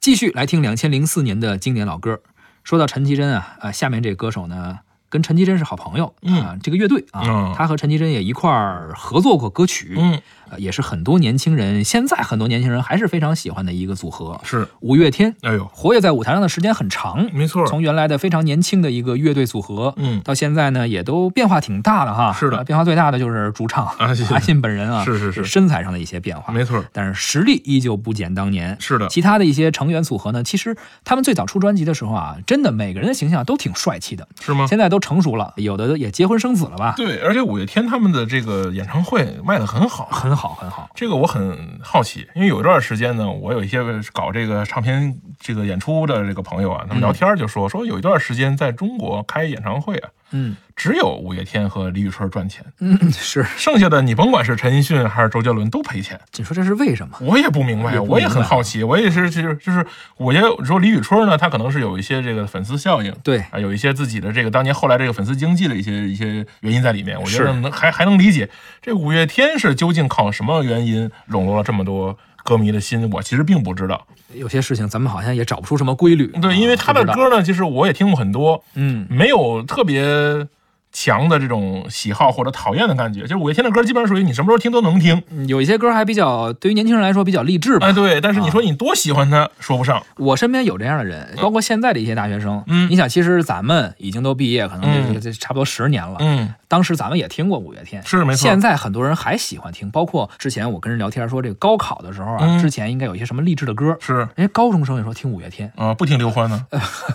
继续来听两千零四年的经典老歌。说到陈绮贞啊，呃，下面这歌手呢，跟陈绮贞是好朋友啊、这个乐队啊嗯，他和陈绮贞也一块儿合作过歌曲，嗯，呃也是很多年轻人，现在很多年轻人还是非常喜欢的一个组合，是，五月天。哎呦，活跃在舞台上的时间很长，没错，从原来的非常年轻的一个乐队组合，嗯到现在呢也都变化挺大的哈。是的啊变化最大的就是主唱啊是阿信本人啊，是是是有身材上的一些变化，没错，但是实力依旧不减当年。是的，其他的一些成员组合呢，其实他们最早出专辑的时候啊，真的每个人的形象都挺帅气的，是吗？现在都成熟了，有的也结婚生子了吧，对，而且五月天他们的这个演唱会卖的很好，很好很好。这个我很好奇，因为有一段时间呢，我有一些搞这个唱片这个演出的这个朋友啊，嗯他们聊天儿就说、说有一段时间在中国开演唱会啊，嗯只有五月天和李宇春赚钱，嗯， 是，剩下的你甭管是陈奕迅还是周杰伦都赔钱。你说这是为什么？我也不明白，也不明白我也很好奇，我也是就是就是，我也有说李宇春呢，她可能是有一些这个粉丝效应。对，啊，有一些自己的这个当年后来这个粉丝经济的一些一些原因在里面，我觉得是能还还能理解。这五月天是究竟靠什么原因笼络了这么多歌迷的心，我其实并不知道。有些事情咱们好像也找不出什么规律。对，啊因为他的，不知道歌呢，其实我也听过很多，嗯，没有特别强的这种喜好或者讨厌的感觉。就是五月天的歌基本上属于你什么时候听都能听，有一些歌还比较，对于年轻人来说比较励志吧。哎，对。但是啊你说你多喜欢他，说不上。我身边有这样的人，包括现在的一些大学生。嗯你想，其实咱们已经都毕业，可能这嗯这这差不多十年了。嗯，当时咱们也听过五月天，是没错现在很多人还喜欢听，包括之前我跟人聊天说，这个高考的时候啊，嗯之前应该有一些什么励志的歌，是人家高中生也说听五月天。 啊、不听刘欢呢。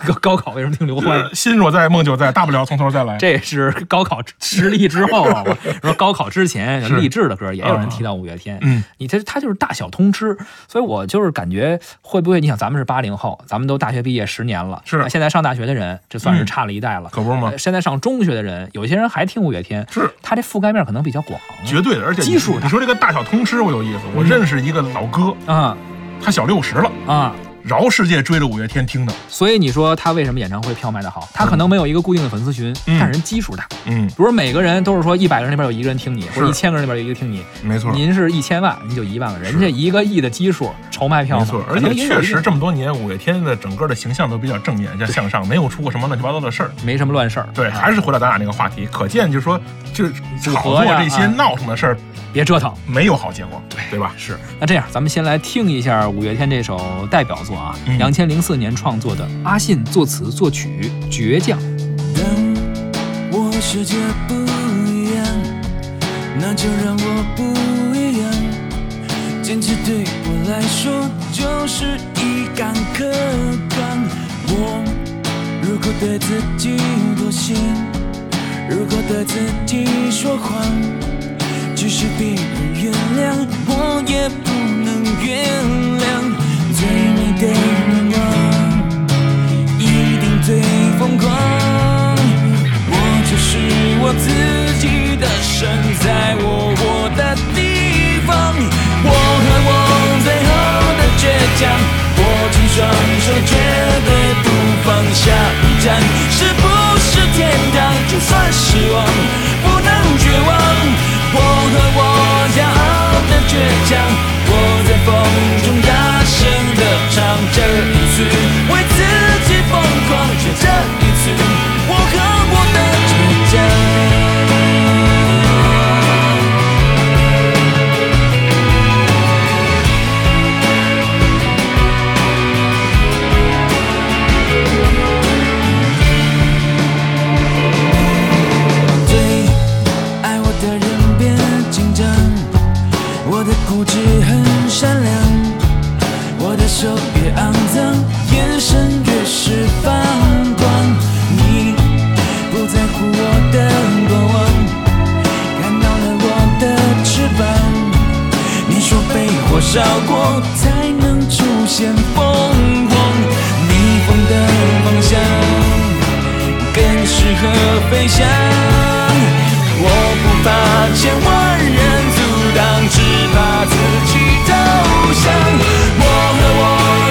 高高考为什么听刘欢？心若在，梦就在，大不了从头再来。这是高考失利之后 啊，我说高考之前是励志的歌也有人提到五月天，嗯，你这他就是大小通吃，所以我就是感觉会不会？你想，咱们是八零后，咱们都大学毕业十年了，是那现在上大学的人，这算是嗯差了一代了。可不是吗呃？现在上中学的人，有些人还听五月天，是他这覆盖面可能比较广绝对的，嗯而且基数大你说这个大小通吃，我有意思。我认识一个老哥，啊他小六十了，啊。饶世界追着五月天听的。所以你说他为什么演唱会票卖得好？他可能没有一个固定的粉丝群，嗯但人基数大。嗯，比如每个人都是说一百个人里边有一个人听你，或者是一千个人里边有一个听你，没错，您是一千万，您就一万个人，人是家一个亿的基数筹卖票没嘛，错。可而能且也有确一定实这么多年，五月天的整个的形象都比较正面，向上，没有出过什么乱七八糟的事儿。没什么乱事儿。对，啊还是回到咱俩那个话题，可见就是说，就是组炒合作呀这些啊闹腾的事儿别折腾。没有好结果，对吧？是，那这样咱们先来听一下五月天这首代表作啊，嗯两千零四年创作的，阿信作词作曲，倔强。但我世界不一样，那就让我不一样。坚持对我来说就是一杆克刚。我如果对自己多心，如果对自己说谎，即使别人原谅，我也不能原谅最美的愿望。一定最疯狂。我就是我自己的神，在我我的地方，我和我最后的倔强，握紧双手，绝对不放下。一站是不是天堂？就算失望，不能绝望。我和我骄傲的倔强，我在风中大声的唱，这一次为自。自己疯狂，却这一次，我和我的倔强。最爱我的人别紧张，我的固执很善良。我的手越肮脏，眼神越是放光。你不在乎我的过往，看到了我的翅膀。你说被火烧过才能出现疯狂，逆风的方向。更适合飞翔。我不怕千万人阻挡，只怕自己投降。我和我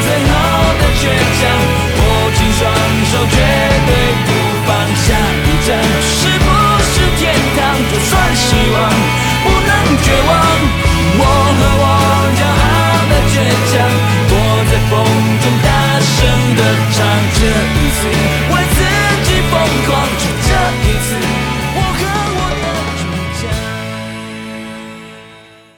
最后的倔强，握紧双手，绝对不放下一站。是不是天堂？就算失望，不能绝望。我和我骄傲的倔强，我在风中大这一次为自己疯狂。